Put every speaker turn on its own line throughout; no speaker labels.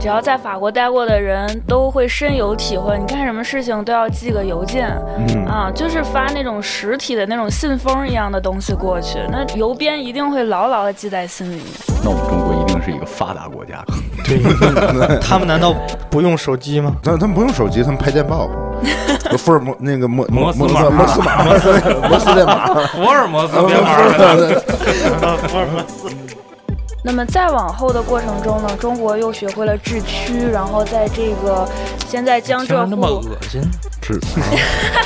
只要在法国待过的人都会深有体会。你干什么事情都要寄个邮件，
嗯
啊，就是发那种实体的那种信封一样的东西过去，那邮编一定会牢牢的记在心里面。
那我们中国一定是一个发达国家。
对， 他们难道不用手机吗？
他他们不用手机，他们拍电报， 福尔摩那个摩
摩斯
摩
码
摩斯码摩斯摩斯电码。
福尔摩
哦
斯编码的，
那么再往后的过程中呢，中国又学会了治区，然后在这个现在江浙
听着那么
沪
恶心。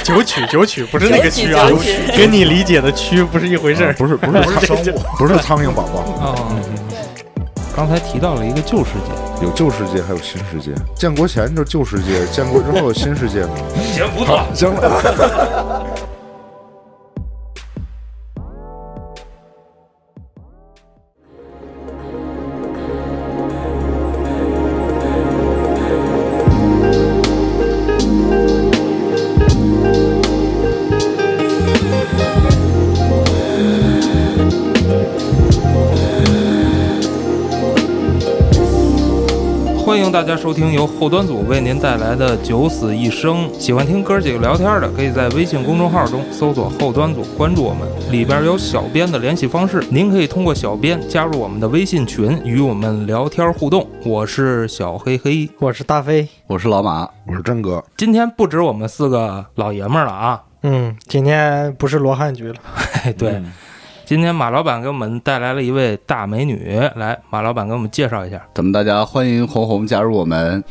九曲九曲不是那个区啊
九曲九，
跟你理解的区不是一回事儿。
不是不是
不是
苍
这
不是苍蝇宝宝，
哦，刚才提到了一个旧世界，
有旧世界还有新世界。建国前就是旧世界，建国之后有新世界嘛。
行不错。
行了，
欢迎大家收听由后端组为您带来的《九死一生》。喜欢听哥几个聊天的，可以在微信公众号中搜索“后端组”，关注我们，里边有小编的联系方式，您可以通过小编加入我们的微信群，与我们聊天互动。我是小黑黑，
我是大飞，
我是老马，
我是真哥，
今天不止我们四个老爷们儿了啊！
嗯，今天不是罗汉局了，
哎，对，今天马老板给我们带来了一位大美女，来，马老板给我们介绍一下。
咱们大家欢迎红红加入我们。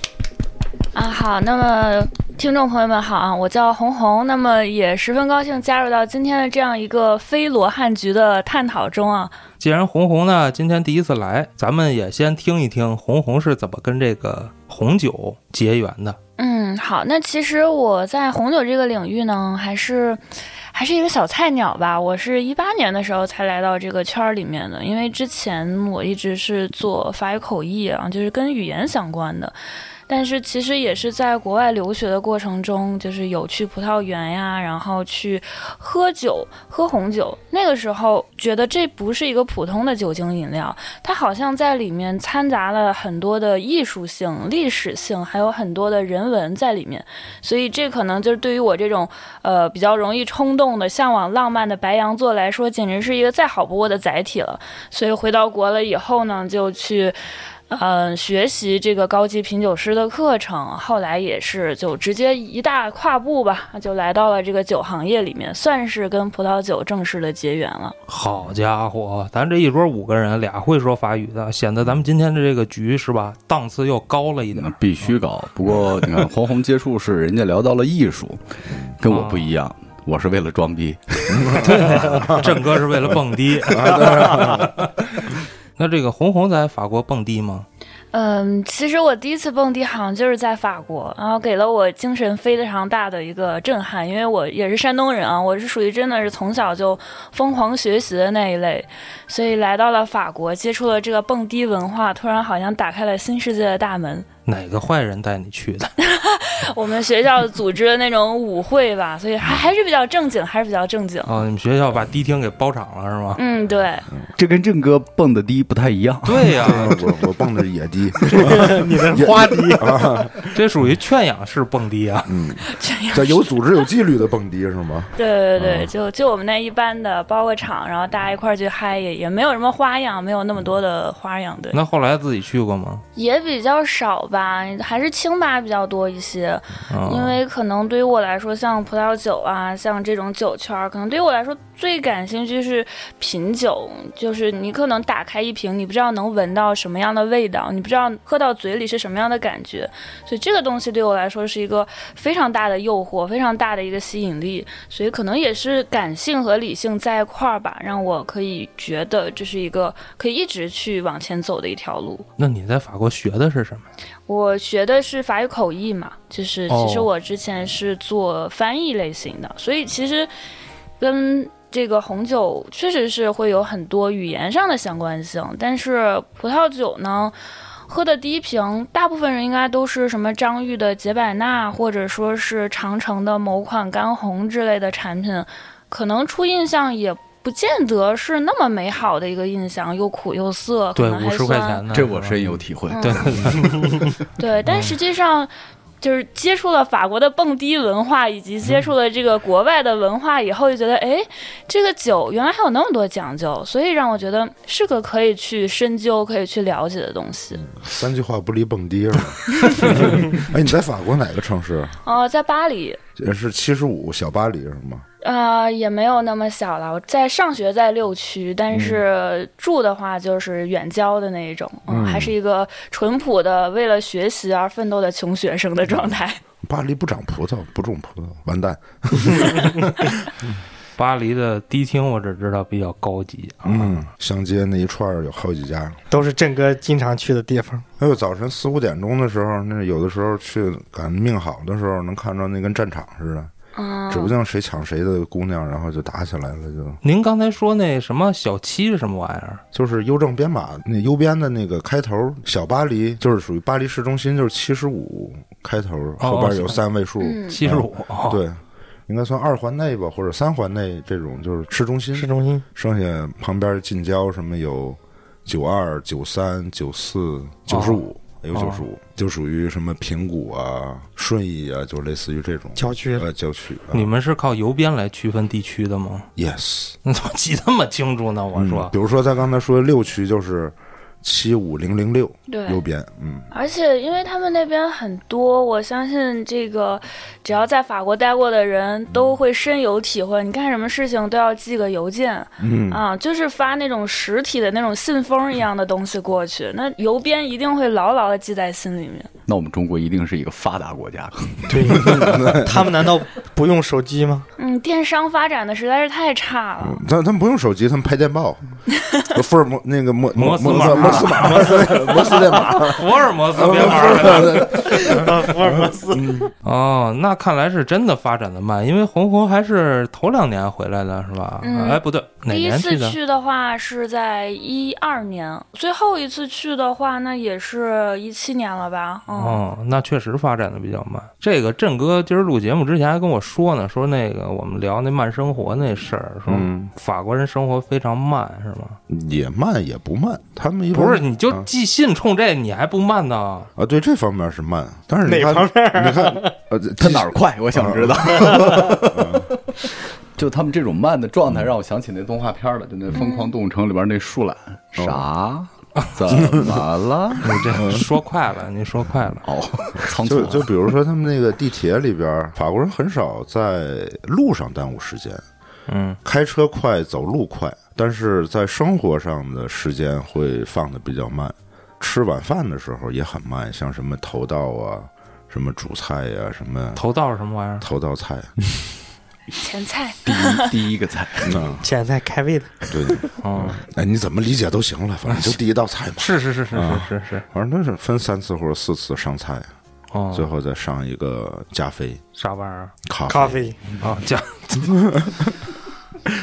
啊，好，那么听众朋友们好啊，我叫红红，那么也十分高兴加入到今天的这样一个非罗汉局的探讨中啊。
既然红红呢今天第一次来，咱们也先听一听红红是怎么跟这个红酒结缘的。
嗯，好，那其实我在红酒这个领域呢，还是还是一个小菜鸟吧。我是一八年的时候才来到这个圈儿里面的，因为之前我一直是做法语口译啊，就是跟语言相关的。但是其实也是在国外留学的过程中，就是有去葡萄园呀，然后去喝酒，喝红酒。那个时候觉得这不是一个普通的酒精饮料，它好像在里面掺杂了很多的艺术性、历史性，还有很多的人文在里面，所以这可能就是对于我这种呃比较容易冲动的、向往浪漫的白羊座来说，简直是一个再好不过的载体了。所以回到国了以后呢，就去。嗯，学习这个高级品酒师的课程，后来也是就直接一大跨步吧，就来到了这个酒行业里面，算是跟葡萄酒正式的结缘了。
好家伙，咱这一桌五个人，俩会说法语的，显得咱们今天的这个局是吧，档次又高了一点
那。呃必须搞。不过你看，黄宏接触是人家聊到了艺术，跟我不一
哦
样，我是为了装逼。
郑哥是为了蹦迪。那这个红红在法国蹦迪吗？
嗯，其实我第一次蹦迪好像就是在法国，然后给了我精神非常大的一个震撼，因为我也是山东人啊，我是属于真的是从小就疯狂学习的那一类，所以来到了法国，接触了这个蹦迪文化，突然好像打开了新世界的大门。
哪个坏人带你去的？
我们学校组织的那种舞会吧，所以还还是比较正经，还是比较正经。
哦，你们学校把迪厅给包场了是吗？
嗯，对，
这跟郑哥蹦的低不太一样。
嗯
对呀、
我我蹦的是野迪，
你的花迪，
这属于圈养式蹦迪啊。
嗯，
这样
叫有哦组织有纪律的蹦迪是吗？
对对对，就就我们那一般的包个场，然后大家一块儿去嗨，也也没有什么花样，没有那么多的花样，对。
那后来自己去过吗？
也比较少吧，还是清吧比较多一些，
啊、
因为可能对于我来说，像葡萄酒啊，像这种酒圈儿，可能对于我来说最感兴趣是品酒，就是你可能打开一瓶，你不知道能闻到什么样的味道，你不知道喝到嘴里是什么样的感觉，所以这个东西对我来说是一个非常大的诱惑，非常大的一个吸引力，所以可能也是感性和理性在一块儿吧，让我可以觉得这是一个可以一直去往前走的一条路。
那你在法国学的是什么？
我学的是法语口译嘛，就是
哦
其实我之前是做翻译类型的，所以其实跟这个红酒确实是会有很多语言上的相关性，但是葡萄酒呢？喝的第一瓶，大部分人应该都是什么张裕的杰百纳，或者说是长城的某款干红之类的产品，可能初印象也不见得是那么美好的一个印象，又苦又涩，可
对，
能
五
还
十块
酸
钱呢，
这我 深有体会。
嗯
对，
对，但
嗯
实际上。就是接触了法国的蹦迪文化，以及
嗯
接触了这个国外的文化以后，就觉得，哎，这个酒原来还有那么多讲究，所以让我觉得是个可以去深究、可以去了解的东西。
嗯三句话不离蹦迪是吧？ 哎，你在法国哪个城市？
呃，在巴黎，
也是七十五小巴黎是吗？
呃，也没有那么小了。我在上学在六区，
嗯
但是住的话就是远郊的那一种，嗯，还是一个淳朴的为了学习而奋斗的穷学生的状态。
巴黎不长葡萄，不种葡萄，完蛋。
巴黎的迪厅我只知道比较高级啊，
嗯，香街那一串儿有好几家。
都是振哥经常去的地方。
还有早晨四五点钟的时候，那有的时候去赶命好的时候，能看着那跟战场似的，
嗯，
指不定谁抢谁的姑娘，然后就打起来了，就
您刚才说那什么小七是什么玩意儿？
就是邮政编码那邮编的那个开头，小巴黎就是属于巴黎市中心，就是七十五开头，后边有三位数，
嗯
七十五，
对，应该算二环内吧，或者三环内这种就是市中心，
市中心
剩下旁边近郊什么有九二、九三、九四、九十五，有九十五，就属于什么平谷啊、顺义啊，就类似于这种
郊区
呃郊区。啊
你们是靠邮编来区分地区的吗？
yes，
你怎么记那么清楚呢？我
嗯
说，
比如说咱刚才说的六区就是七五零零六
对，
右边，嗯，
而且，因为他们那边很多，我相信这个，只要在法国待过的人都会深有体会。你干什么事情都要寄个邮件，嗯啊，就是发那种实体的那种信封一样的东西过去，那邮编一定会牢牢的记在心里面。
那我们中国一定是一个发达国家，
对， 他们难道不用手机吗？
嗯，电商发展的实在是太差
嗯
了。
他他们不用手机，他们拍电报，福尔摩那个摩
摩斯
摩
码
摩斯码摩斯摩斯电码，
福尔摩斯编码的
福尔摩斯，
哦，那看来是真的发展的慢，因为红红还是头两年回来的是吧？
嗯
哎，不对，哪
第一
年
次
去的？
去的话是在一二年，最后一次去的话，那也是一七年了吧？嗯，
哦，那确实发展的比较慢。这个振哥今儿录节目之前还跟我说呢，说那个我们聊那慢生活那事儿，说
嗯，
法国人生活非常慢，是吗？
也慢也不慢，他们一般
不是，你就
啊
寄信冲这你还不 慢呢？
啊，对这方面是慢，但是你
哪
看，
方
面？你看，呃，
他哪儿快？我想知道。
嗯
就他们这种慢的状态，让我想起那动画片了，就那《疯狂动物城》里边那树懒，
哦
啥？怎么了？
你这说快了，你说快了。
哦，仓促
就
了。
就比如说他们那个地铁里边儿，法国人很少在路上耽误时 间，
嗯，
开车快，走路快，但是在生活上的时间会放的比较慢，吃晚饭的时候也很慢，像什么头道啊，什么主菜呀、什么
头道是什么玩意儿？
头道菜，啊
前菜。
第一 第一个菜，
嗯，
前菜开胃的，
对，
嗯，
哎，你怎么理解都行了，反正就第一道菜嘛。
是是是是是是是。
反正它是分三次或者四次上菜，
哦，
最后再上一个加菲
啥玩意儿
咖啡。
咖啡
啊？讲。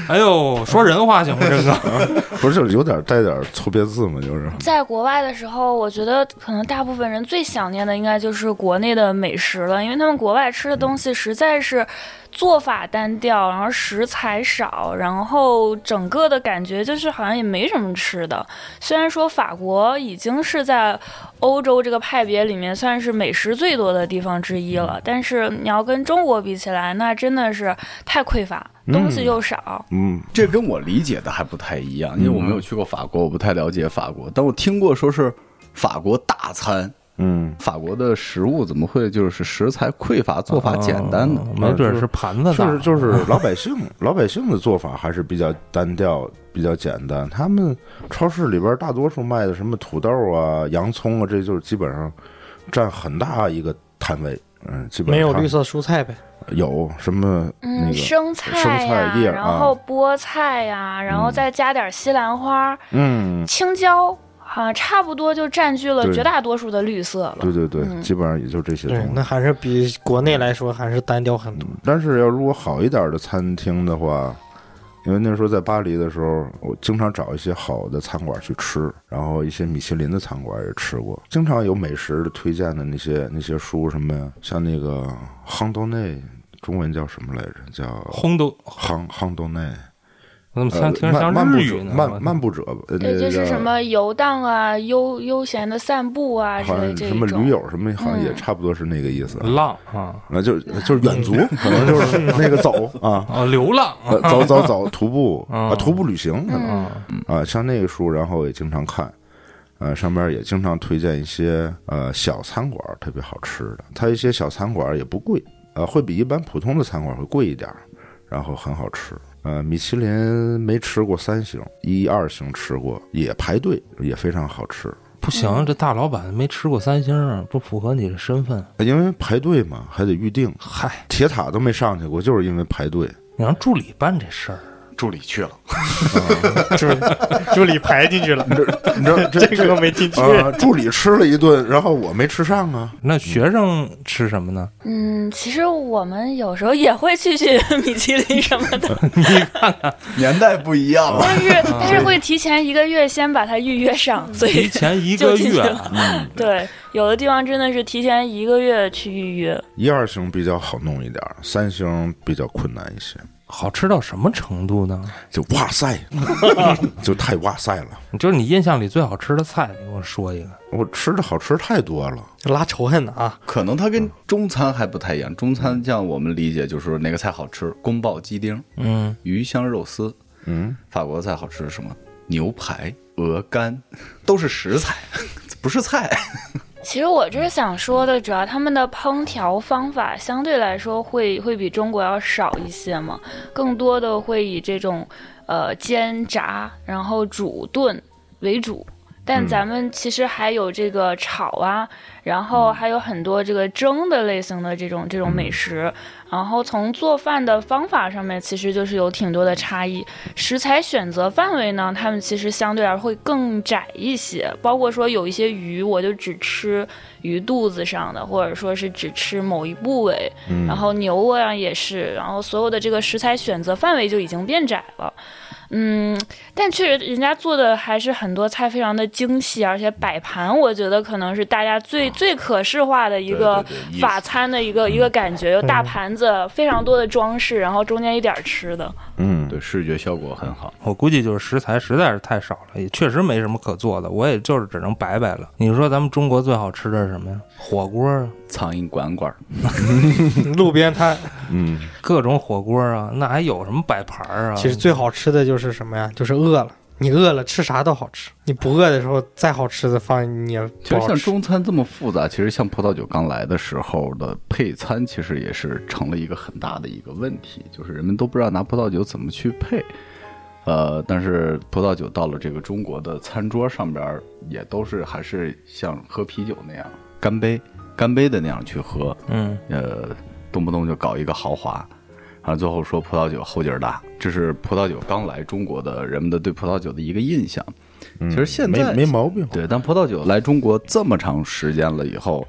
哎呦，说人话行吗？这个
不是有点带点错别字吗？就是
在国外的时候，我觉得可能大部分人最想念的应该就是国内的美食了，因为他们国外吃的东西实在是做法单调，然后食材少，然后整个的感觉就是好像也没什么吃的。虽然说法国已经是在欧洲这个派别里面算是美食最多的地方之一了，但是你要跟中国比起来，那真的是太匮乏，东西又少。
嗯，
这跟我理解的还不太一样，因为我没有去过法国，我不太了解法国，但我听过说是法国大餐。
嗯，
法国的食物怎么会就是食材匮乏、做法简单呢？
哦没准是盘子大
确实就是老百姓，老百姓的做法还是比较单调、比较简单。他们超市里边大多数卖的什么土豆啊、洋葱啊，这就是基本上占很大一个摊位。嗯，基本
没
上
有
看
绿色蔬菜呗？
有什么那
嗯，
个
生菜
生菜
呀，
叶儿
然
啊
后菠菜呀，然后再加点西兰花、
嗯，
青椒，啊，差不多就占据了
对
绝大多数的绿色
对
了。
对对，
嗯
基本上也就这些
对，
东
那
西。
还是比国内来说还是单调很多。
但是要如果好一点的餐厅的话，因为那时候在巴黎的时候，我经常找一些好的餐馆去吃，然后一些米其林的餐馆也吃过，经常有美食的推荐的那些那些书什么呀，像那个夯豆内，中文叫什么来着？叫
烘都
夯夯豆内，
我怎么像
呃
听着像
漫漫步
日语
者
呢？
漫漫步者，呃，那
对，就
叫
是什么游荡啊、悠悠闲的散步啊之
好
类
像
这
什
一
么
种嗯
驴。友什么，好像也差不多是那个意思。
浪啊，
那就就是远足，可能就是那个走啊，
哦，流浪啊，
呃走走走，徒步
嗯
啊，徒步旅行可能
嗯
啊，像那个书，然后也经常看，呃，上边也经常推荐一些呃小餐馆儿特别好吃的，它一些小餐馆儿也不贵，呃，会比一般普通的餐馆儿会贵一点儿，然后很好吃。呃，米其林没吃过三星，一二星吃过，也排队，也非常好吃。
不
嗯
行，这大老板没吃过三星啊，不符合你的身份。
呃因为排队嘛，还得预定，
嗨，
铁塔都没上去过，就是因为排队。
你让助理办这事儿，
助理去了，
助 助理排进 去了，
你知道这
这个都没进去。
呃，助理吃了一顿，然后我没吃上啊。
啊那学生吃什 么呢？
嗯，其实我们有时候也会去去 米其林什么 的，
年代不一样了。
但是但是会提前一个月先把它预约上，所
提
以
前一
就
个
进去
月啊
了
嗯
对有的地方真的是提前一个月去预约。
一二星比较好弄一点儿，三星比较困难一些。
好吃到什么程度呢？
就哇塞， 就太哇塞了！
就是你印象里最好吃的菜，你给我说一个。
我吃的好吃太多了，
拉仇恨呢啊！
可能它跟中餐还不太一样，中餐像我们理解就是哪个菜好吃，宫爆鸡丁、
嗯，
鱼香肉丝，
嗯，
法国菜好吃是什么？牛排、鹅肝，都是食材， 不是菜。
其实我这是想说的，主要他们的烹调方法相对来说会会比中国要少一些嘛，更多的会以这种呃煎炸，然后煮炖为主。但咱们其实还有这个炒啊，然后还有很多这个蒸的类型的这种这种美食。然后从做饭的方法上面，其实就是有挺多的差异。食材选择范围呢，他们其实相对来说会更窄一些，包括说有一些鱼，我就只吃鱼肚子上的，或者说是只吃某一部位，
嗯
然后牛啊也是，然后所有的这个食材选择范围就已经变窄了。嗯，但确实人家做的还是很多菜非常的精细，而且摆盘我觉得可能是大家最最可视化的一个
啊对对对
法餐的一个一个感觉，有大盘子，非常多的装饰，然后中间一点儿吃的。
嗯，
对，视觉效果很好。
我估计就是食材实在是太少了，也确实没什么可做的，我也就是只能摆摆了。你说咱们中国最好吃的是什么呀？火锅啊，
苍蝇馆馆，
路边摊
嗯，
各种火锅啊，那还有什么摆盘儿啊？
其实最好吃的就是什么呀？就是饿了，你饿了吃啥都好吃。你不饿的时候，再好吃的放你也
其
不
实
好
像
吃。
中餐这么复杂，其实像葡萄酒刚来的时候的配餐，其实也是成了一个很大的一个问题，就是人们都不知道拿葡萄酒怎么去配。呃，但是葡萄酒到了这个中国的餐桌上边儿，也都是还是像喝啤酒那样干杯、干杯的那样去喝，
嗯，
呃，动不动就搞一个豪华，然后最后说葡萄酒后劲儿大，这是葡萄酒刚来中国的人们的对葡萄酒的一个印象。其实现在
嗯没没毛病，
对，但葡萄酒来中国这么长时间了以后，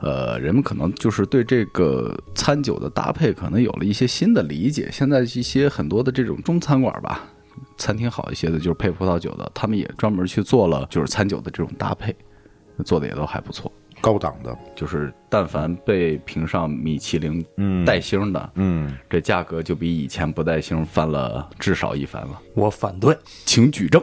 呃，人们可能就是对这个餐酒的搭配可能有了一些新的理解。现在一些很多的这种中餐馆吧，餐厅好一些的，就是配葡萄酒的，他们也专门去做了就是餐酒的这种搭配，做的也都还不错。
高档的，
就是但凡被评上米其林
嗯
带星的，
嗯，
这价格就比以前不带星翻了至少一番了。
我反对。
请举证。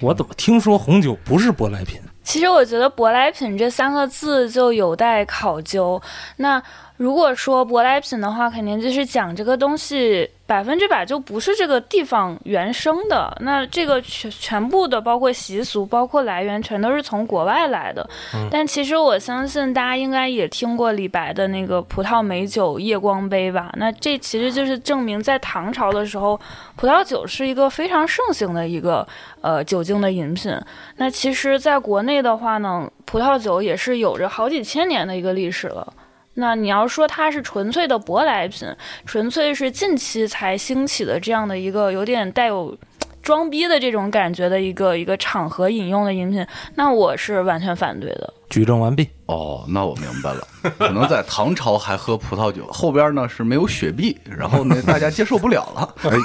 我怎么听说红酒不是舶来品？
其实我觉得“舶来品”这三个字就有待考究。那如果说舶来品的话，肯定就是讲这个东西百分之百就不是这个地方原生的。那这个全全部的，包括习俗，包括来源，全都是从国外来的。但其实我相信大家应该也听过李白的那个“葡萄美酒夜光杯”吧？那这其实就是证明，在唐朝的时候，葡萄酒是一个非常盛行的一个呃酒精的饮品。那其实，在国内的话呢，葡萄酒也是有着好几千年的一个历史了。那你要说它是纯粹的舶来品，纯粹是近期才兴起的这样的一个有点带有装逼的这种感觉的一个一个场合饮用的饮品，那我是完全反对的。
举证完毕。
哦，那我明白了，可能在唐朝还喝葡萄酒，后边呢是没有雪碧，然后呢大家接受不了了。
哎，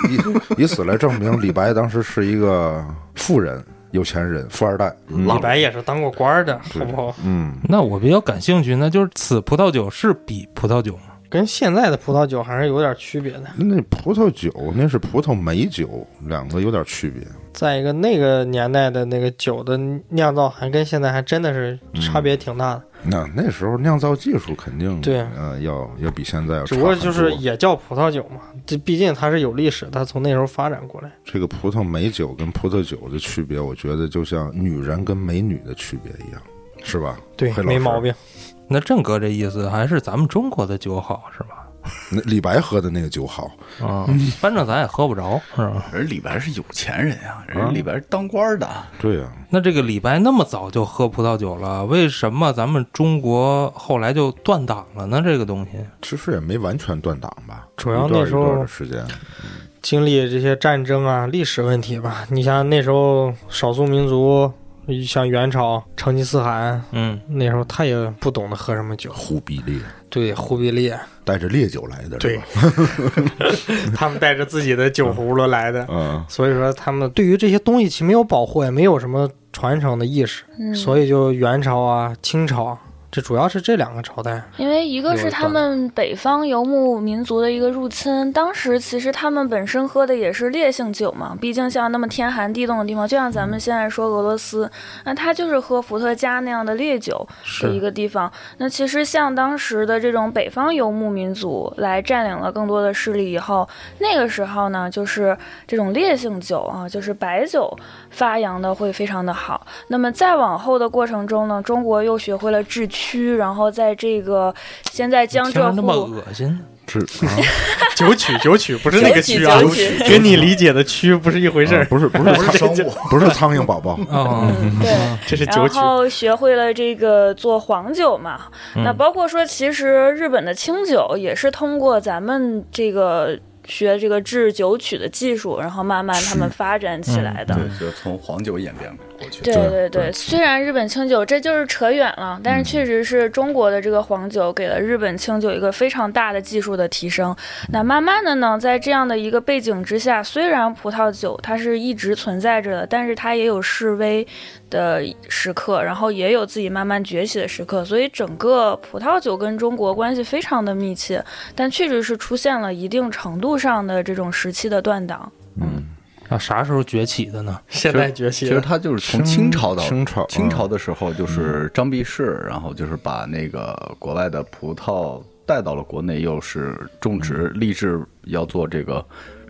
以 以此来证明李白当时是一个富人、有钱人、富二代，嗯
李白也是当过官儿的，好不好？
嗯，
那我比较感兴趣，那就是此葡萄酒是彼葡萄酒吗？
跟现在的葡萄酒还是有点区别的。
那葡萄酒那是葡萄美酒，两个有点区别。
再一个，那个年代的那个酒的酿造还跟现在还真的是差别挺大的，
那那时候酿造技术肯定
对
呃，要要比现在要
只
差
不
很
过就
多。
是也叫葡萄酒嘛，这毕竟它是有历史，它从那时候发展过来。
这个葡萄美酒跟葡萄酒的区别，我觉得就像女人跟美女的区别一样，是吧？
对
黑，老
没
师
毛。病。
那郑哥这意思还是咱们中国的酒好是吧？
那李白喝的那个酒好，
啊、反正咱也喝不着是啊吧？
人李白是有钱人呀、人家李白是当官 儿的，
对呀、啊
那这个李白那么早就喝葡萄酒了，为什么咱们中国后来就断档了呢？这个东西，
其实也没完全断档吧，
主要
一段
那时候
一段的时间，
经历这些战争啊、历史问题吧，你像那时候少数民族，像元朝、成吉思汗，
嗯，
那时候他也不懂得喝什么酒，
忽必烈
对，忽必烈，
带着烈酒来的，是吧？
他们带着自己的酒葫芦来的，
嗯，
所以说他们对于这些东西其实没有保护，也没有什么传承的意识，
嗯，
所以就元朝啊、清朝啊，这主要是这两个朝代。
因为一个是他们北方游牧民族的一个入侵，当时其实他们本身喝的也是烈性酒嘛，毕竟像那么天寒地冻的地方，就像咱们现在说俄罗斯，那他就是喝伏特加那样的烈酒的一
是
个地方。那其实像当时的这种北方游牧民族来占领了更多的势力以后，那个时候呢，就是这种烈性酒啊，就是白酒发扬的会非常的好。那么再往后的过程中呢，中国又学会了制曲，然后在这个现在江
听着
浙
那么
沪
恶心，
是
九曲，九曲不是
那个曲啊九曲嗯 九
跟你理解的曲不是一回
啊，。不是不是
不是
苍
商务。
不是苍蝇宝宝，
啊、
嗯 对。
这是
然后学会了这个做黄酒嘛，那包括说，其实日本的清酒也是通过咱们这个学这个制酒曲的技术，然后慢慢他们发展起来的。
对，就从黄酒演变过去。
对
对
对对，虽然日本清酒这就是扯远了，但是确实是中国的这个黄酒给了日本清酒一个非常大的技术的提升。那慢慢的呢，在这样的一个背景之下，虽然葡萄酒它是一直存在着的，但是它也有示威的时刻，然后也有自己慢慢崛起的时刻，所以整个葡萄酒跟中国关系非常的密切，但确实是出现了一定程度上的这种时期的断档。
嗯，
那啊啥时候崛起的呢？
现代崛起
其实
了，
他就是从清朝到
清朝嗯
清朝的时候就是张弼士，然后就是把那个国外的葡萄带到了国内，又是种植，
嗯
立志要做这个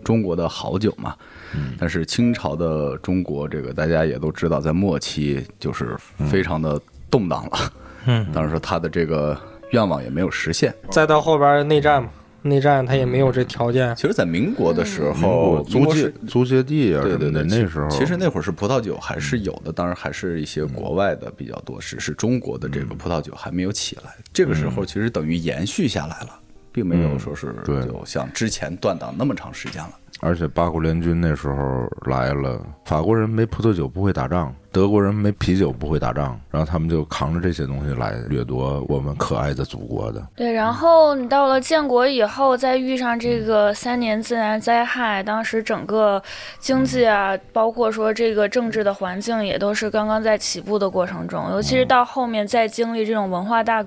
中国的好酒嘛。
嗯
但是清朝的中国，这个大家也都知道，在末期就是
嗯
非常的动荡了。
嗯，
当然说他的这个愿望也没有实现。
再到后边内战嘛，内战他也没有这条件，
其实，在民国的时
嗯民国
候，民
租
国
界
是
租界地啊
对
什
对
么的，
对，
那时候
其实那会儿是葡萄酒还是有的，当然还是一些国外的比较多，只是中国的这个葡萄酒还没有起来。这个时候其实等于延续下来了，并没有说是
对
就像之前断档那么长时间了。
而且八国联军那时候来了，法国人没葡萄酒不会打仗，德国人没啤酒不会打仗，然后他们就扛着这些东西来掠夺我们可爱的祖国的。
对，然后你到了建国以后，再遇上这个三年自然灾害，当时整个经济啊，包括说这个政治的环境，也都是刚刚在起步的过程中，尤其是到后面再经历这种文化大。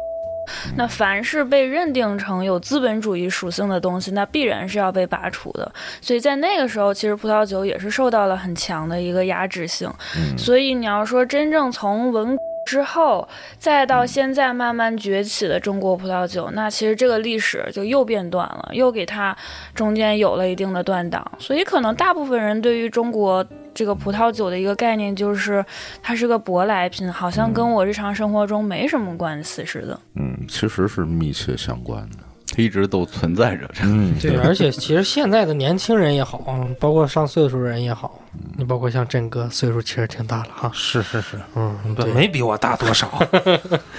那凡是被认定成有资本主义属性的东西，那必然是要被拔除的。所以在那个时候，其实葡萄酒也是受到了很强的一个压制性。
嗯
所以你要说真正从文之后，再到现在慢慢崛起的中国葡萄酒，那其实这个历史就又变段了，又给它中间有了一定的断档，所以可能大部分人对于中国。这个葡萄酒的一个概念就是，它是个舶来品，好像跟我日常生活中没什么关系似的。
嗯，其实是密切相关的。
它一直都存在着，这
嗯，
对，而且其实现在的年轻人也好，包括上岁数人也好，你包括像振哥岁数其实挺大了哈，
是是是，
嗯，
对，
对，
没比我大多 少。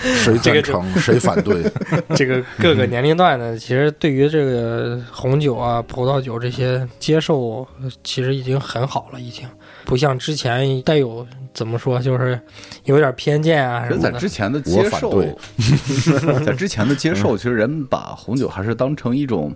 谁赞成谁反对？
这个各个年龄段呢，其实对于这个红酒啊、葡萄酒这些接受，呃其实已经很好了，已经不像之前带有怎么说，就是有点偏见啊什
人
么
在
的。
之前的接
我
受，在之前的接受，其实人们把红酒还是当成一种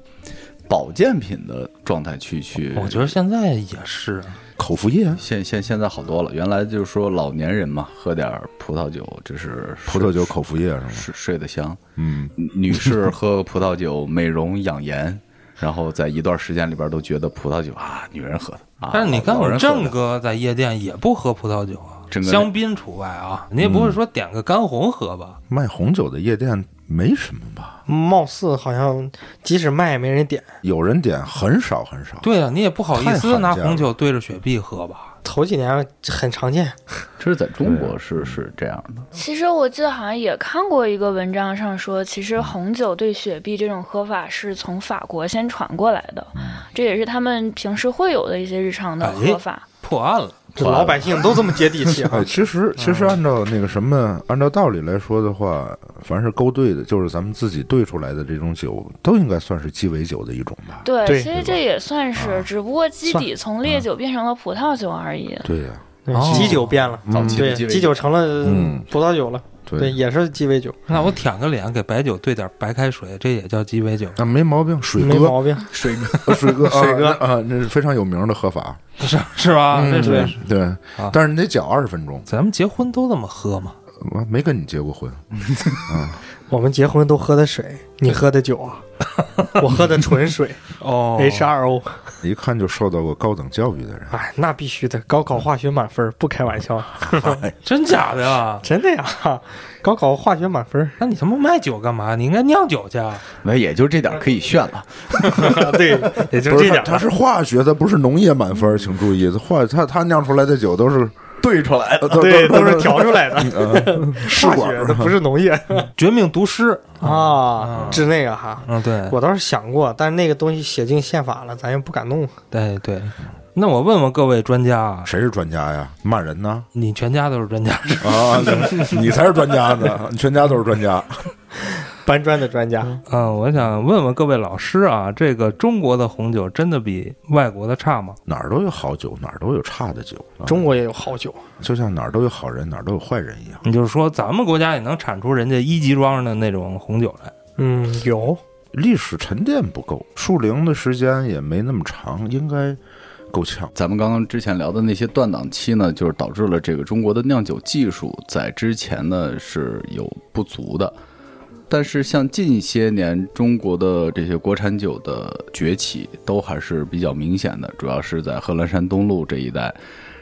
保健品的状态去去，
我觉得现在也是，
口服液啊，
现现现在好多了。原来就是说老年人嘛，喝点儿葡萄酒，就是
葡萄酒口服液是吗？
睡睡得香。
嗯，
女士喝葡萄酒美容养颜，然后在一段时间里边都觉得葡萄酒啊，女人喝的啊。
但是你看
老
我
人
们
喝的
郑哥在夜店也不喝葡萄酒啊，
郑哥
香槟除外啊，你也不会说点个干红喝吧？
卖红酒的夜店没什么吧？
貌似好像即使卖也没人点，
有人点很少很少。
对啊呀、你也不好意
太罕
思
见
拿
了
红酒对着雪碧喝吧？
头几年很常见。
这是在中国是是这样的，
其实我记得好像也看过一个文章上说，其实红酒对雪碧这种喝法是从法国先传过来的，这也是他们平时会有的一些日常的喝法。
破案了，
这老百姓都这么接地 气啊
哎，！其实其实按照那个什么，按照道理来说的话，凡是勾兑的，就是咱们自己兑出来的这种酒，都应该算是鸡尾酒的一种吧？
对，
对
其实这也算是，只不过基底从烈酒变成了葡萄酒而已。
对呀、
哦
基酒变了，
早期的
对，
鸡尾
基酒成了
嗯
葡萄酒了，对，
对，
也是鸡尾酒，
那我舔个脸给白酒兑点白开水，这也叫鸡尾酒？
那、没毛病。水
没
哥，
毛病。
水哥
呃水 哥，啊
水哥
那啊，那是非常有名的喝法。
是是吧？这是
对
对，
啊
但是你得搅二十分钟。
嗯咱们结婚都这么喝吗？
我没跟你结过婚，
我们结婚都喝的水，你喝的酒啊，我喝的纯水
哦
H 2 O，
一看就受到过高等教育的人。
哎，那必须的，高考化学满分，不开玩笑，
真假的呀？
真的呀，高考化学满分，
那你他妈卖酒干嘛？你应该酿酒去。啊！
那也就这点可以炫了。
对，也就
不
这
是
点
他，
儿
他是化学，他不是农业满分，请注意，化他他酿出来的酒都是
兑出来的，
都
对，
都嗯
都是调出来的，
试
化
管
学
儿
的，不是农业
绝命毒师，
啊，治那个哈。
嗯，对，
我倒是想过，但是那个东西写进宪法了，咱也不敢弄。
对对。那我问问各位专家啊，
谁是专家呀？骂人呢？
你全家都是专家是吧？
啊，你你才是专家呢，你全家都是专家。
搬砖的专家，
嗯，我想问问各位老师啊，这个中国的红酒真的比外国的差吗？
哪儿都有好酒，哪儿都有差的酒。啊
中国也有好酒，
就像哪儿都有好人，哪儿都有坏人一样。
你就是说咱们国家也能产出人家一级庄的那种红酒来？
嗯，有
历史沉淀不够，树龄的时间也没那么长，应该够呛。
咱们刚刚之前聊的那些断档期呢，就是导致了这个中国的酿酒技术在之前呢是有不足的。但是像近些年中国的这些国产酒的崛起，都还是比较明显的，主要是在贺兰山东路这一带。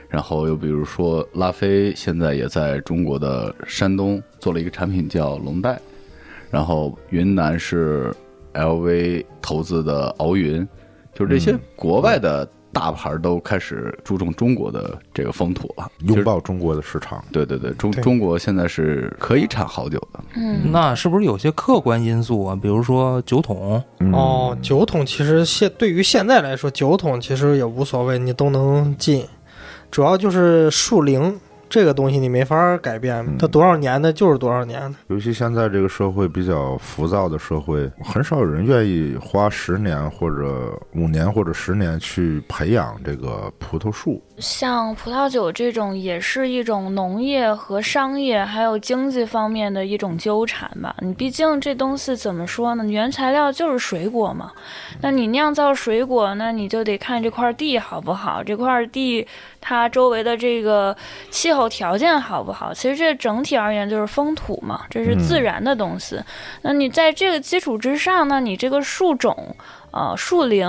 然后又比如说拉菲，现在也在中国的山东做了一个产品叫龙带，然后云南是 LV 投资的敖云，就是这些国外的大牌儿都开始注重中国的这个风土了。
拥抱中国的市场，
对对对，中
对
中国现在是可以产好酒的。
嗯，
那是不是有些客观因素啊？比如说酒桶，
嗯
哦，酒桶其实现对于现在来说，酒桶其实也无所谓，你都能进。主要就是树龄这个东西你没法儿改变，它多少年的就是多少年的。
尤其现在这个社会比较浮躁的社会，很少有人愿意花十年或者五年或者十年去培养这个葡萄树。
嗯
像葡萄酒这种也是一种农业和商业还有经济方面的一种纠缠吧。你毕竟这东西怎么说呢？原材料就是水果嘛，那你酿造水果，那你就得看这块地好不好，这块地它周围的这个气候条件好不好。其实这整体而言就是风土嘛，这是自然的东西。那你在这个基础之上，那你这个树种，呃，树龄。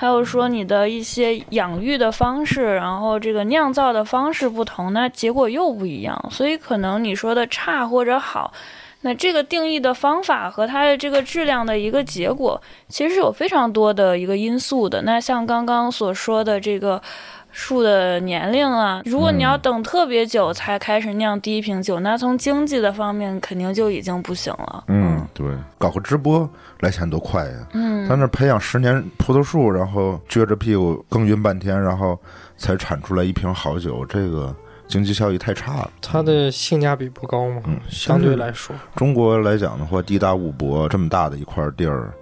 还有说你的一些养育的方式，然后这个酿造的方式不同，那结果又不一样。所以可能你说的差或者好，那这个定义的方法和它的这个质量的一个结果，其实是有非常多的一个因素的。那像刚刚所说的这个。树的年龄啊，如果你要等特别久才开始酿第一瓶酒，那从经济的方面肯定就已经不行了。
嗯，对，搞个直播来钱多快呀！
嗯
他，那培养十年葡萄树，然后撅着屁股耕耘半天，然后才产出来一瓶好酒，这个经济效益太差了。
它的性价比不高嘛，
嗯
相嗯对来说，
中国来讲的话，地大物博，这么大的一块地儿，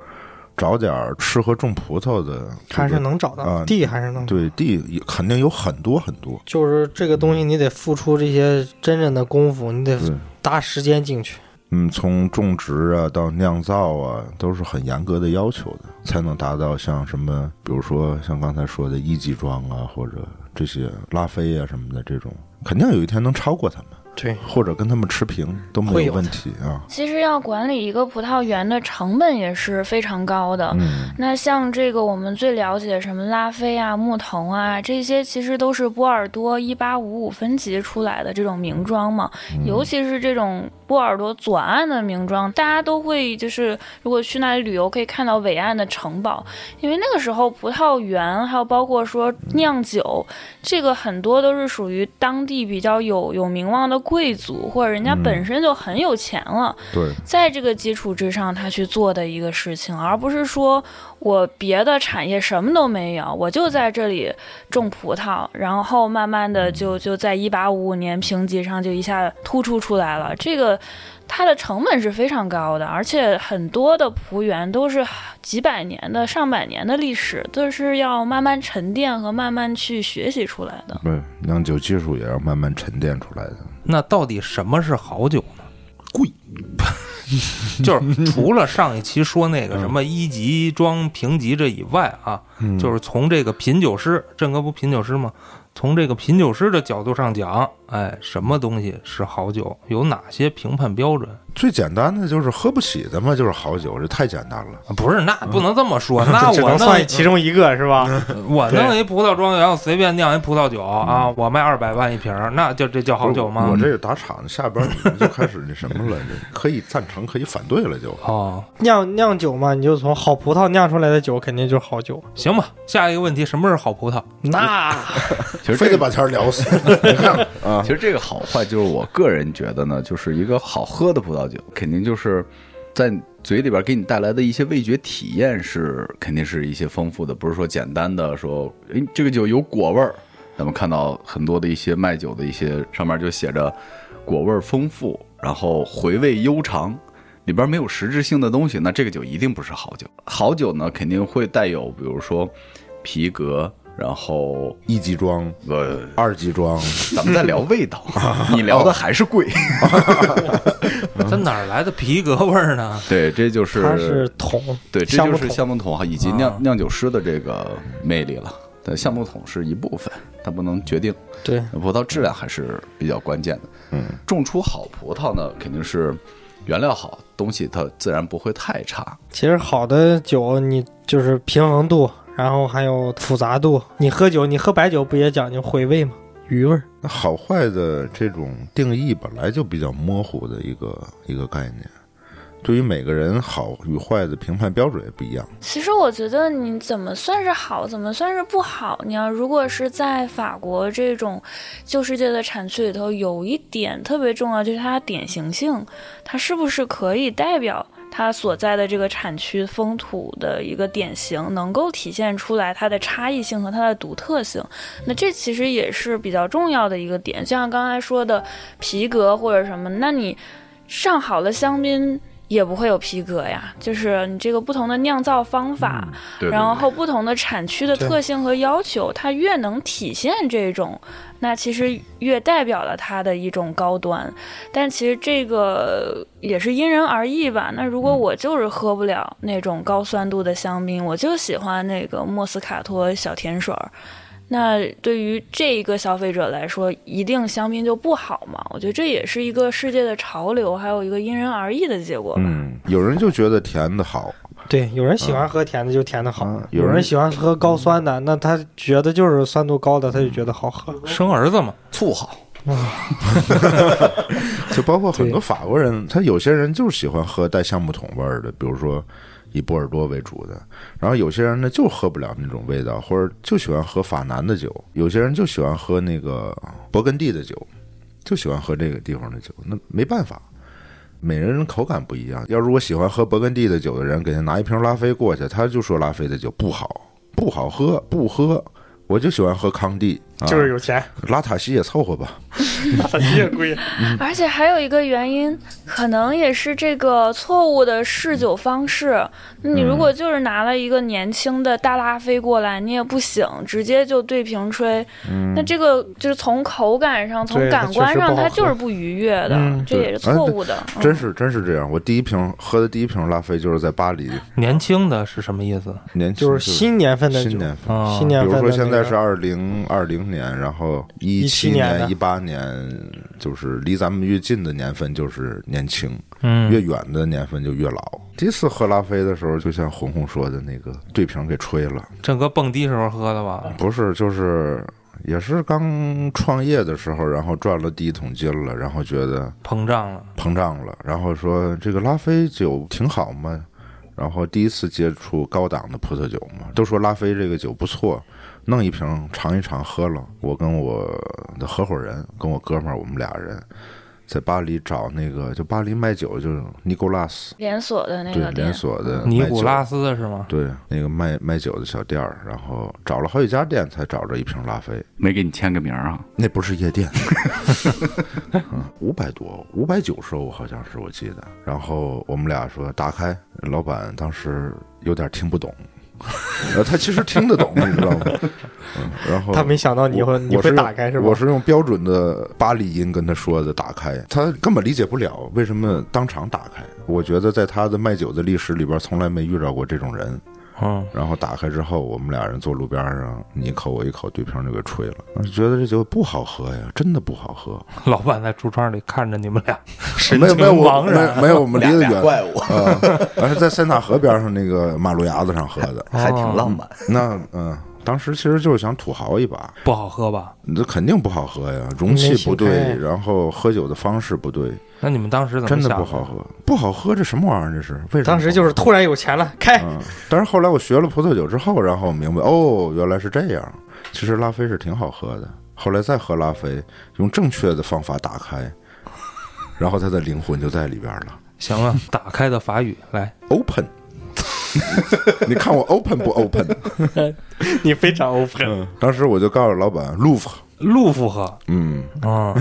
找点儿吃喝种葡萄的，
还是能找到、
啊
地，还是能。
对地也肯定有很多很多。
就是这个东西，你得付出这些真正的功夫，你得
对
搭时间进去。
嗯，从种植啊到酿造啊，都是很严格的要求的，才能达到像什么，比如说像刚才说的一级庄啊，或者这些拉菲啊什么的这种，肯定有一天能超过他们，
对，
或者跟他们持平都没
会有
有
的
问题啊。
其实要管理一个葡萄园的成本也是非常高的。
嗯，
那像这个我们最了解什么拉菲啊、木桐啊，这些其实都是波尔多一八五五分级出来的这种名庄嘛，
嗯
尤其是这种波尔多左岸的名庄，大家都会就是如果去那里旅游，可以看到伟岸的城堡，因为那个时候葡萄园还有包括说酿酒，这个很多都是属于当地比较有有名望的贵族，或者人家
嗯
本身就很有钱了，
对，
在这个基础之上，他去做的一个事情，而不是说我别的产业什么都没有，我就在这里种葡萄，然后慢慢的就就在一八五五年评级上就一下突出出来了。这个它的成本是非常高的，而且很多的葡园都是几百年的、上百年的历史，都是要慢慢沉淀和慢慢去学习出来的。
对，酿酒技术也要慢慢沉淀出来的。
那到底什么是好酒呢？贵， 就是除了上一期说那个什么一级装评级这以外啊，
嗯
就是从这个品酒师，郑哥不品酒师吗？从这个品酒师的角度上讲，哎，什么东西是好酒？有哪些评判标准？
最简单的就是喝不起的嘛，就是好酒，这太简单了。
啊不是，那
嗯
不能这么 说。那
只
我嗯
能
弄
算其中一个是吧？
我弄一葡萄庄园，我随便酿一葡萄酒啊，我卖二百万一瓶儿，那就这叫好酒吗？
嗯我这个打岔呢，下边你们就开始那什么了，这可以赞成，可以反对了就。
哦，
酿酿酒嘛，你就从好葡萄酿出来的酒肯定就是好酒。
行吧。下一个问题，什么是好葡萄？
那
其实
非
这
得
个
把天儿聊死，你看啊
其，实这个好坏，就是我个人觉得呢，就是一个好喝的葡萄酒，肯定就是在嘴里边给你带来的一些味觉体验是肯定是一些丰富的，不是说简单的说，诶，这个酒有果味儿。咱们看到很多的一些卖酒的一些上面就写着果味儿丰富，然后回味悠长。里边没有实质性的东西，那这个酒一定不是好酒。好酒呢，肯定会带有，比如说皮革，然后
一级装、
呃
二级装，
咱们在聊味道，你聊的还是贵。
嗯
它哪儿来的皮革味儿呢？
对，这就是
它是桶，
对，这
橡
就
木
是
桶
橡木桶以及酿酿酒师的这个魅力了。对，橡木桶是一部分，它不能决定
对，
葡萄质量还是比较关键的。
嗯，
种出好葡萄呢，肯定是原料好，东西它自然不会太差。
其实好的酒，你就是平衡度，然后还有复杂度。你喝酒，你喝白酒不也讲究回味吗？余味儿。
那好坏的这种定义本来就比较模糊的一个一个概念，对于每个人好与坏的评判标准也不一样。
其实我觉得你怎么算是好，怎么算是不好？你要如果是在法国这种旧世界的产区里头，有一点特别重要，就是它的典型性，它是不是可以代表它所在的这个产区风土的一个典型，能够体现出来它的差异性和它的独特性。那这其实也是比较重要的一个点，就像刚才说的皮革或者什么，那你上好的香槟。也不会有皮革呀，就是你这个不同的酿造方法，
嗯对
然后不同的产区的特性和要求，它越能体现这种，那其实越代表了它的一种高端。但其实这个也是因人而异吧。那如果我就是喝不了那种高酸度的香槟，我就喜欢那个莫斯卡托小甜水儿。那对于这一个消费者来说，一定香槟就不好嘛？我觉得这也是一个世界的潮流，还有一个因人而异的结果吧。
嗯，有人就觉得甜的好，
对，有人喜欢喝甜的就甜的好，
嗯有
有
人
人喜欢喝高酸的，那他觉得就是酸度高的，他就觉得好喝。
嗯
生儿子嘛，
醋好，
就包括很多法国人，他有些人就是喜欢喝带橡木桶味儿的，比如说以波尔多为主的，然后有些人呢就喝不了那种味道，或者就喜欢喝法南的酒，有些人就喜欢喝那个勃艮第的酒，就喜欢喝这个地方的酒，那没办法。每人口感不一样，要如果喜欢喝勃艮第的酒的人，给他拿一瓶拉菲过去，他就说拉菲的酒不好，不好喝，不喝。我就喜欢喝康帝，啊、
就是有钱，
拉塔西也凑合吧。
大吉也贵。
而且还有一个原因，可能也是这个错误的试酒方式。你如果就是拿了一个年轻的大拉菲过来，你也不醒，直接就对瓶吹，那这个就是从口感上、从
对
感官
确实
上，
不好
它
喝
就是不愉悦的，
嗯
这也是错误的。嗯
真是真是这样。我第一瓶喝的第一瓶拉菲就是在巴黎，
年轻的是什么意思？
年轻
就是新年份的酒
嗯新，年份。
啊，
新
比
年份
如
的
说现在
那
是
个
二零二零年，然后一
17年的
年、一八年，就是离咱们越近的年份就是年轻，越
嗯，
远的年份就越老。第一次喝拉菲的时候，就像红红说的那个对瓶给吹了，
这哥蹦迪时候喝的吧？
不是，就是也是刚创业的时候，然后赚了第一桶金了，然后觉得
膨胀了，
膨胀了，然后说这个拉菲酒挺好嘛，然后第一次接触高档的葡萄酒嘛，都说拉菲这个酒不错，弄一瓶尝一尝喝了。我跟我的合伙人，跟我哥们儿，我们俩人在巴黎找那个，就巴黎卖酒就是尼古拉
嗯
斯，
连锁的那
对
个店
连，锁的
嗯尼
卖
古
呃酒
拉斯是吗？
对那个卖卖酒的小店儿，然后找了好几家店才找着一瓶拉菲。
没给你签个名儿啊？
那不是夜店，五百多，五百九十欧好像是我记得。然后我们俩说打开，老板当时有点听不懂，呃，他其实听得懂，你知道吗？嗯、然后
他没想到你
我
会你
我是
会
用
打开是吧
我？是用标准的巴黎音跟他说的打开，他根本理解不了为什么当场打开。我觉得在他的卖酒的历史里边，从来没遇到过这种人。
嗯，
然后打开之后，我们俩人坐路边上，你一口我一口，对瓶就给吹了。觉得这酒不好喝呀，真的不好喝。
老板在橱窗里看着你们俩，神
没有
情
没有我
茫
没
然。
有没有我们离得
俩
远
俩怪物，
啊，而是在塞纳河边上那个马路牙子上喝的。
还挺浪漫。
那嗯，当时其实就是想土豪一把，
不好喝吧？
这肯定不好喝呀，容器不
没心态
对，然后喝酒的方式不对，
那你们当时怎么
真的
想
不好喝，不好喝，这什么玩意儿？这是为什么？
当时就是。突然有钱了，开
嗯，但是后来我学了葡萄酒之后，然后我明白，哦，原来是这样。其实拉菲是挺好喝的。后来再喝拉菲，用正确的方法打开，然后它的灵魂就在里边了。
行了，打开的法语来，
Open，你看我 open 不 open？
你非常 open，
嗯，当时我就告诉老板 l o u v r
陆复 合。
嗯，
嗯，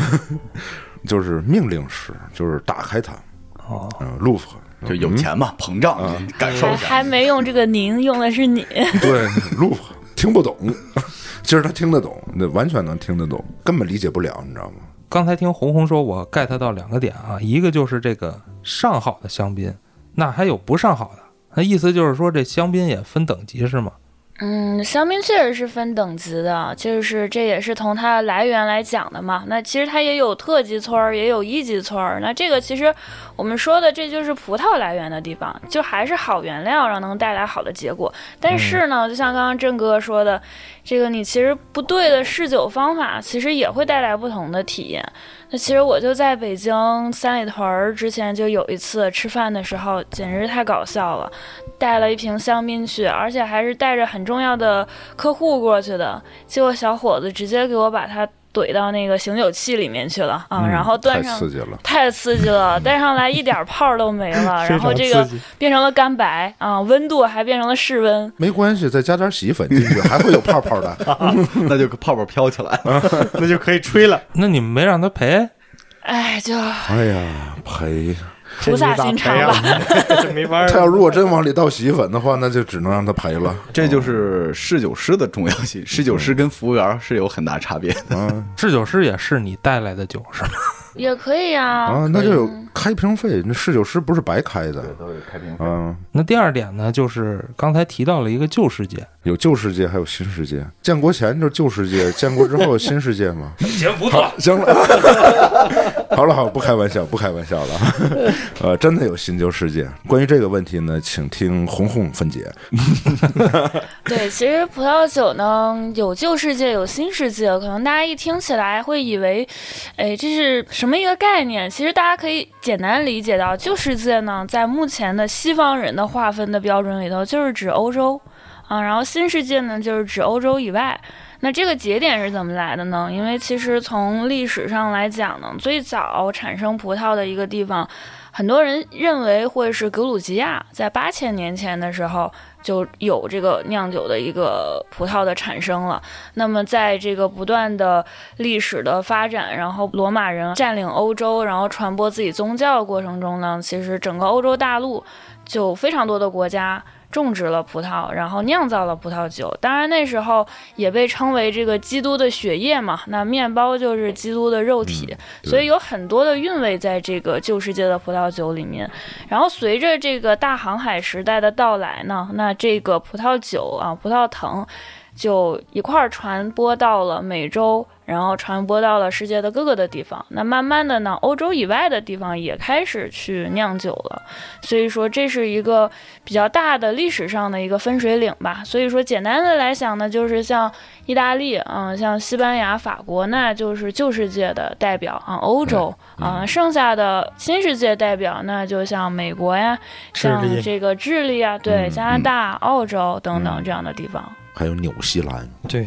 就是命令式，就是打开它，
哦，
嗯 l o u v r
就有钱嘛，膨胀，你感受
还
一下
还。没用这个您，用的是你。
对 l o u v r 听不懂，其实他听得懂，那完全能听得懂，根本理解不了，你知道吗？
刚才听红红说，我 get 到两个点啊，一个就是这个上好的香槟，那还有不上好的，那意思就是说这香槟也分等级是吗？
嗯，香槟确实是分等级的，就是这也是从它的来源来讲的嘛。那其实它也有特级村儿，也有一级村儿。那这个其实我们说的，这就是葡萄来源的地方，就还是好原料，让能带来好的结果。但是呢，就像刚刚郑哥说的，这个你其实不对的试酒方法，其实也会带来不同的体验。那其实我就在北京三里屯儿之前就有一次吃饭的时候，简直是太搞笑了。带了一瓶香槟去，而且还是带着很重要的客户过去的。结果小伙子直接给我把它怼到那个醒酒器里面去了啊，然后端
嗯太
上
刺激了。
太刺激 了，带上来一点泡儿都没了，然后这
非常
个
刺激
变成了干白啊，温度还变成了室温。
没关系，再加点洗衣粉进去，还会有泡泡的。
那就泡泡飘起来，
那就可以吹 了。
那你们没让他赔？
哎，就
哎呀，赔！
菩萨心肠吧。
吧，这没法儿
他要如果真往里倒洗衣粉的话，那就只能让他赔了。
这就是侍酒师的重要性，侍酒师跟服务员是有很大差别的。
啊
制酒师也是你带来的酒是吗？
也可以啊，
嗯
啊，那就有开瓶费。那侍酒师不是白开的，
都是开瓶
啊，
那第二点呢，就是刚才提到了一个旧世界，
有旧世界，还有新世界。建国前就是旧世界，建国之后新世界嘛。
行 不错，
行了，好了，好，不开玩笑，不开玩笑了。 呃，真的有新旧世界。关于这个问题呢，请听红红分解。
对，其实葡萄酒呢，有旧世界，有新世界。可能大家一听起来会以为，哎，这是什么一个概念？其实大家可以简单理解到，旧世界呢，在目前的西方人的划分的标准里头，就是指欧洲啊。然后新世界呢，就是指欧洲以外。那这个节点是怎么来的呢？因为其实从历史上来讲呢，最早产生葡萄的一个地方，很多人认为会是格鲁吉亚，在八千年前的时候，就有这个酿酒的一个葡萄的产生了。那么在这个不断的历史的发展，然后罗马人占领欧洲，然后传播自己宗教的过程中呢，其实整个欧洲大陆就非常多的国家。种植了葡萄，然后酿造了葡萄酒。当然那时候也被称为这个基督的血液嘛，那面包就是基督的肉体，
对
所以有很多的韵味在这个旧世界的葡萄酒里面。然后随着这个大航海时代的到来呢，那这个葡萄酒啊，葡萄藤就一块儿传播到了美洲，然后传播到了世界的各个的地方。那慢慢的呢，欧洲以外的地方也开始去酿酒了。所以说，这是一个比较大的历史上的一个分水岭吧。所以说，简单的来讲呢，就是像意大利，嗯，像西班牙、法国，那就是旧世界的代表啊，欧洲啊、剩下的新世界代表，那就像美国呀，
智
像
利
这个智利啊，对，
嗯
加拿大、澳洲等等
嗯
这样的地方。
还有纽西 兰，
对，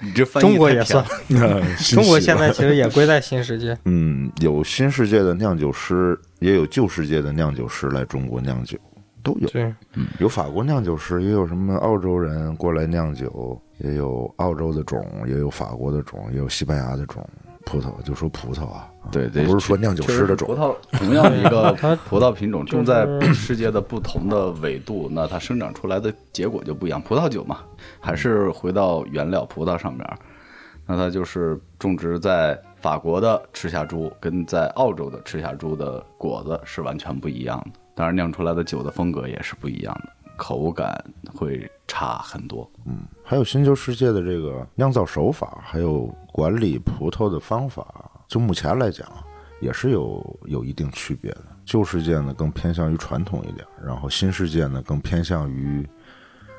你这翻译
中国
太
也
漂
算
亮，
中国现在其实也归在新 世界。
嗯，有新世界的酿酒师，也有旧世界的酿酒师来中国酿酒，都有。
对，
有法国酿酒师，也有什么澳洲人过来酿酒，也有澳洲的种，也有法国的种，也有西班牙的种葡萄，就说葡萄啊，
对对，
不是说酿酒
确实
师的
是
种
葡，萄 同样一个
它
葡萄品种种在
就是
世界的不同的纬度，那它生长出来的结果就不一样。葡萄酒嘛，还是回到原料葡萄上面儿，那它就是种植在法国的赤霞珠跟在澳洲的赤霞珠的果子是完全不一样的，当然酿出来的酒的风格也是不一样的，口感会差很多。
嗯还有新旧世界的这个酿造手法，还有管理葡萄的方法，就目前来讲，也是有有一定区别的。旧世界呢更偏向于传统一点，然后新世界呢更偏向于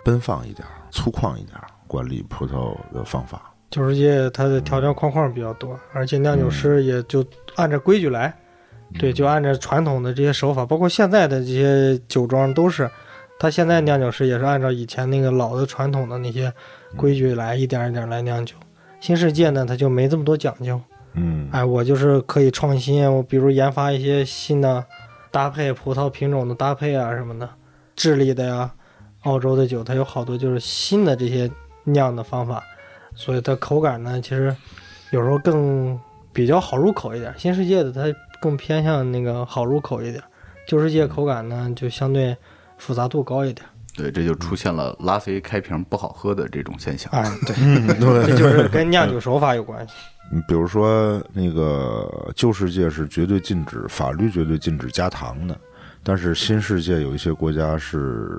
奔放一点、粗犷一点管理葡萄的方法。
旧世界它的条条框框比较多，而且酿酒师也就按照规矩来，
嗯
对，就按照传统的这些手法，包括现在的这些酒庄都是，他现在酿酒师也是按照以前那个老的传统的那些规矩来，一点一点来酿酒。新世界呢，它就没这么多讲究，
嗯，
哎，我就是可以创新，我比如研发一些新的搭配，葡萄品种的搭配啊什么的，智利的呀、澳洲的酒，它有好多就是新的这些酿的方法，所以它口感呢，其实有时候更比较好入口一点。新世界的它更偏向那个好入口一点，旧世界口感呢就相对复杂度高一点。
对，这就出现了拉菲开瓶不好喝的这种现象。
哎，
嗯
对，这 就是跟酿酒手法有关系。
你嗯比如说那个旧世界是绝对禁止，法律绝对禁止加糖的，但是新世界有一些国家是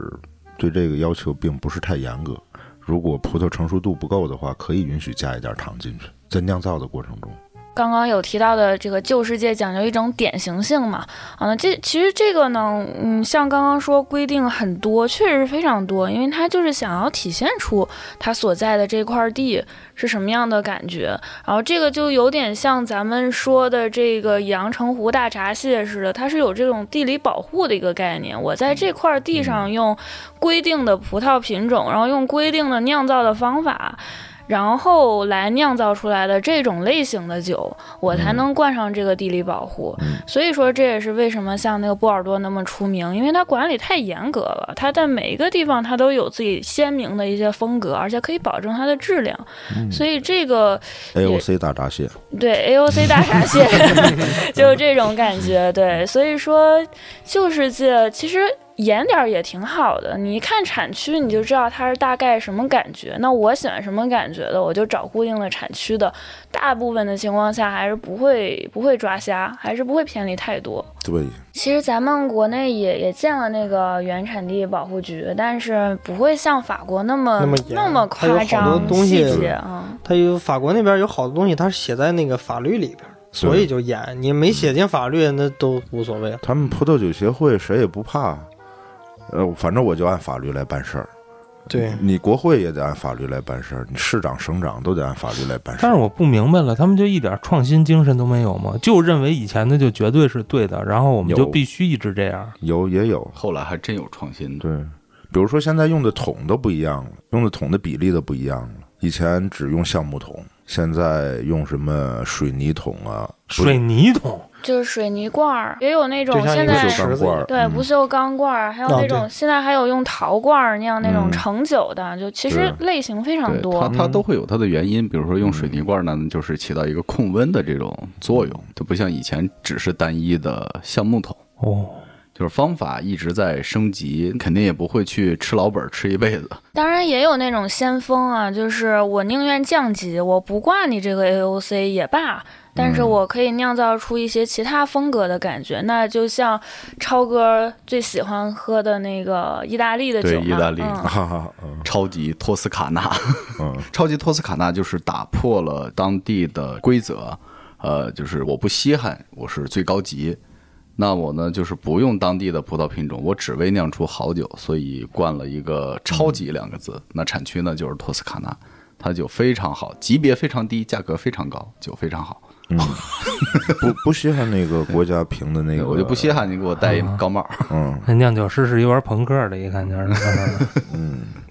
对这个要求并不是太严格。如果葡萄成熟度不够的话，可以允许加一点糖进去，在酿造的过程中。
刚刚有提到的这个旧世界讲究一种典型性嘛，啊，那这其实这个呢，嗯，像刚刚说规定很多，确实是非常多，因为它就是想要体现出它所在的这块地是什么样的感觉，然后这个就有点像咱们说的这个阳澄湖大闸蟹似的，它是有这种地理保护的一个概念，我在这块地上用规定的葡萄品种，然后用规定的酿造的方法。然后来酿造出来的这种类型的酒，我才能冠上这个地理保护。所以说，这也是为什么像那个波尔多那么出名，因为它管理太严格了。它在每一个地方，它都有自己鲜明的一些风格，而且可以保证它的质量。所以这个
AOC 大闸蟹，
对 AOC 大闸 蟹，就是这种感觉。对，所以说旧世界其实严点儿也挺好的，你一看产区你就知道它是大概什么感觉。那我喜欢什么感觉的，我就找固定的产区的。大部分的情况下还是不会不会抓瞎，还是不会偏离太多。
对，
其实咱们国内也也建了那个原产地保护局，但是不会像法国那么
那么严
么
它有
夸
好多
张
东西
细节啊。嗯
它有法国那边有好多东西，它是写在那个法律里边，所以就严。你没写进法律，那都无所谓了。
他们葡萄酒协会谁也不怕，呃，反正我就按法律来办事儿。
对
你国会也得按法律来办事儿，你市长、省长都得按法律来办事
但
儿。
是我不明白了，他们就一点创新精神都没有吗？就认为以前的就绝对是对的，然后我们
有
就必须一直这样。
有也有，
后来还真有创新的，
对，比如说现在用的桶都不一样了，用的桶的比例都不一样了。以前只用橡木桶，现在用什么水泥桶啊？不是
水泥桶，
就是水泥罐儿，也有那种
就像
现
一个
在
不
对
锈钢罐儿，嗯
嗯
对，不锈钢罐儿，还有
哦
那种
对
现在还有用陶罐儿那样那种
嗯
盛酒的，就其实类型非常
对它
多。
它都会有它的原因，比如说用水泥罐呢，就是起到一个控温的这种作用，就不像以前只是单一的橡木桶。
哦，
就是方法一直在升级，肯定也不会去吃老本儿吃一辈子。
当然也有那种先锋啊，就是我宁愿降级，我不挂你这个 AOC 也罢，但
嗯
是我可以酿造出一些其他风格的感觉。那就像超哥最喜欢喝的那个意大利的酒
对
嘛，
意大利
嗯
哈哈，嗯
超级托斯卡纳，
嗯，
超级托斯卡纳就是打破了当地的规则，呃，就是我不稀罕，我是最高级。那我呢，就是不用当地的葡萄品种，我只为酿出好酒，所以冠了一个“超级”两个字。那产区呢就是托斯卡纳，它酒非常好，级别非常低，价格非常高，酒非常好。
不不稀罕那个国家评的那个，
我就不稀罕你给我戴一高帽儿。
嗯，
哦那酿酒师是一玩朋克的，一看就是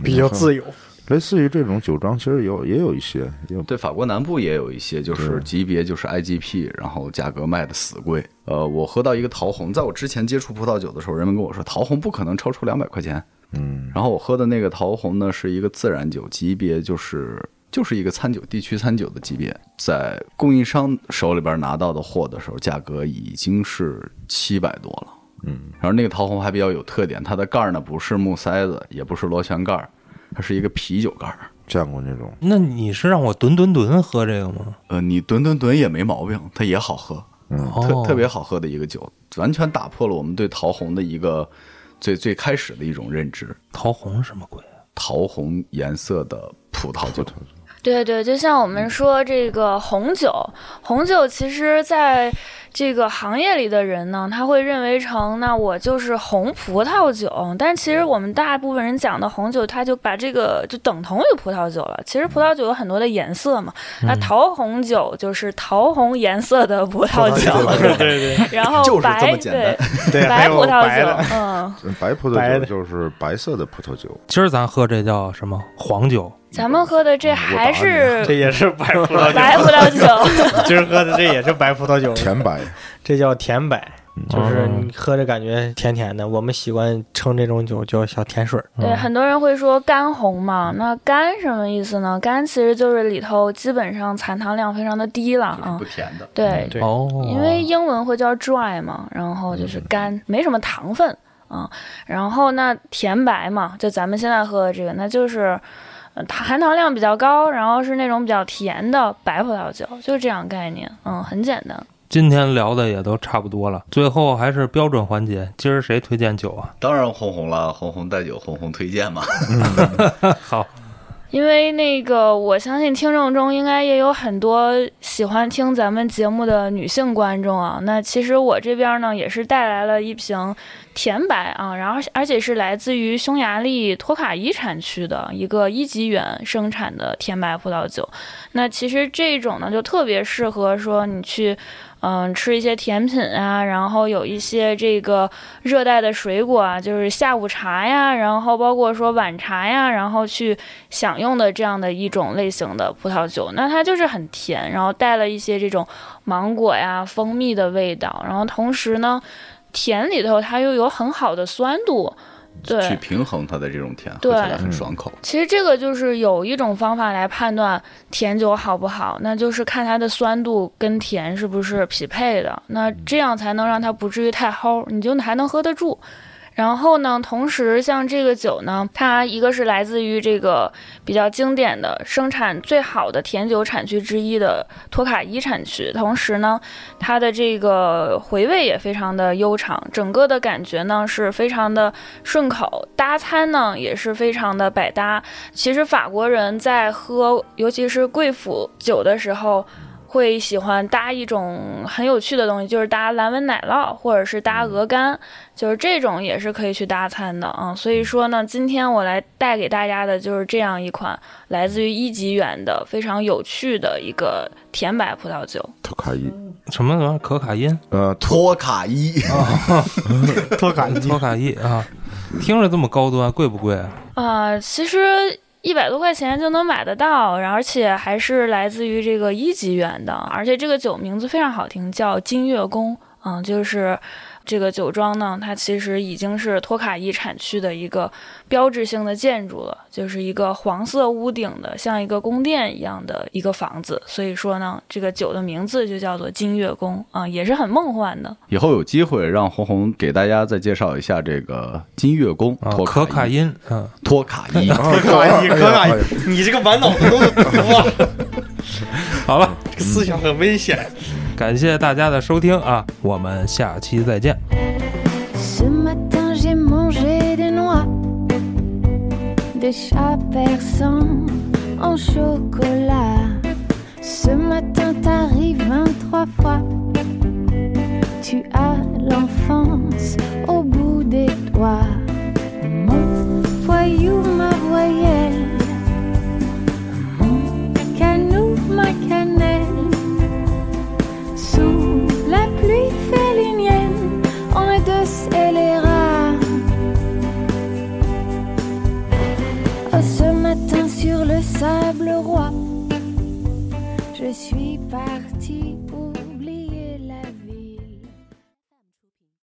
比较自由。
类似于这种酒庄，其实也有也有一些，也有
对，法国南部也有一些，就是级别就是 IGP，然后价格卖的死贵。呃，我喝到一个桃红，在我之前接触葡萄酒的时候，人们跟我说桃红不可能超出两百块钱。嗯，然后我喝的那个桃红呢，是一个自然酒，级别就是就是一个餐酒地区餐酒的级别，在供应商手里边拿到的货的时候，价格已经是七百多了。嗯，然后那个桃红还比较有特点，它的盖儿呢不是木塞子，也不是螺旋盖儿，它是一个啤酒盖儿。
见过那种，
那你是让我吨吨吨喝这个吗？
呃，你吨吨吨也没毛病，它也好喝，
哦
特特别好喝的一个酒，完全打破了我们对桃红的一个最最开始的一种认知。
桃红什么鬼？啊
桃红颜色的葡萄酒，
对对，就像我们说这个红酒，红酒其实在这个行业里的人呢，他会认为成那我就是红葡萄酒，但其实我们大部分人讲的红酒，他就把这个就等同于葡萄酒了。其实葡萄酒有很多的颜色嘛，那桃红酒就是桃红颜色的葡萄酒，
对对对
然后
就是这么
白
简单
对
对，还
白
有
葡萄
白
酒
的，，
嗯。
白葡萄
白
酒
的
就是白色的葡萄酒，
今儿咱喝这叫什么黄酒？
咱们喝的这还是
这也是白葡萄
白葡
酒。
萄酒，
今儿喝的这也是白葡萄酒，
甜白，
这叫甜白，就是
哦
你喝着感觉甜甜的。我们习惯称这种酒叫小甜水儿。
对，很多人会说干红嘛，那干什么意思呢？干其实就是里头基本上残糖量非常的低了
就是
啊
不，甜的。
对，
嗯对
哦，
因为英文会叫 dry 嘛，然后就是干，没什么糖分啊，然后那甜白嘛，就咱们现在喝的这个，那就是。呃它含糖量比较高，然后是那种比较甜的白葡萄酒，就是这样概念，嗯，很简单。
今天聊的也都差不多了，最后还是标准环节，今儿谁推荐酒啊？
当然红红了，红红带酒，红红推荐嘛。
好，
因为那个，我相信听众中应该也有很多喜欢听咱们节目的女性观众啊。那其实我这边呢也是带来了一瓶甜白啊，然后而且是来自于匈牙利托卡伊产区的一个一级园生产的甜白葡萄酒。那其实这种呢就特别适合说你去。嗯，吃一些甜品啊，然后有一些这个热带的水果啊，就是下午茶呀，然后包括说晚茶呀，然后去享用的这样的一种类型的葡萄酒。那它就是很甜，然后带了一些这种芒果呀、蜂蜜的味道，然后同时呢，甜里头它又有很好的酸度。
去
对，
平衡它的这种甜，喝
对
起来很爽口。
其实这个就是有一种方法来判断甜酒好不好，那就是看它的酸度跟甜是不是匹配的，那这样才能让它不至于太齁，你就还能喝得住。然后呢，同时像这个酒呢，它一个是来自于这个比较经典的生产最好的甜酒产区之一的托卡伊产区，同时呢，它的这个回味也非常的悠长，整个的感觉呢是非常的顺口，搭餐呢也是非常的百搭。其实法国人在喝，尤其是贵腐酒的时候。会喜欢搭一种很有趣的东西，就是搭蓝纹奶酪，或者是搭鹅肝，就是这种也是可以去搭餐的啊。所以说呢，今天我来带给大家的就是这样一款来自于一级园的非常有趣的一个甜白葡萄酒。
托卡伊，
什么玩意儿？可卡因、
嗯
呃，托
托卡伊，
托卡伊
可卡因啊，听着这么高端，贵不贵啊？
呃啊、其实一百多块钱就能买得到，然后而且还是来自于这个一级园的，而且这个酒名字非常好听，叫金月宫，嗯，就是这个酒庄呢，它其实已经是托卡伊产区的一个标志性的建筑了，就是一个黄色屋顶的，像一个宫殿一样的一个房子，所以说呢，这个酒的名字就叫做金月宫，啊、也是很梦幻的。
以后有机会让红红给大家再介绍一下这个金月宫
啊
托
可
卡
卡
伊
因，嗯，
托卡伊。
可以
哎
可以，你这个满脑子都是 毒啊，
好了，
这个思想很危险。
感谢大家的收听啊，我们下期再见。
Ce matin j'ai mangé des noix, des chats persans en chocolat. Ce matin t'arrives 23 fois, tu as l'enfance au bout des doigts. Mon voyou, ma voyelle, mon canou, ma cannelle. Sous la pluie félinienne, on est deux scélérats. Oh, ce matin sur le sable roi, je suis partie pour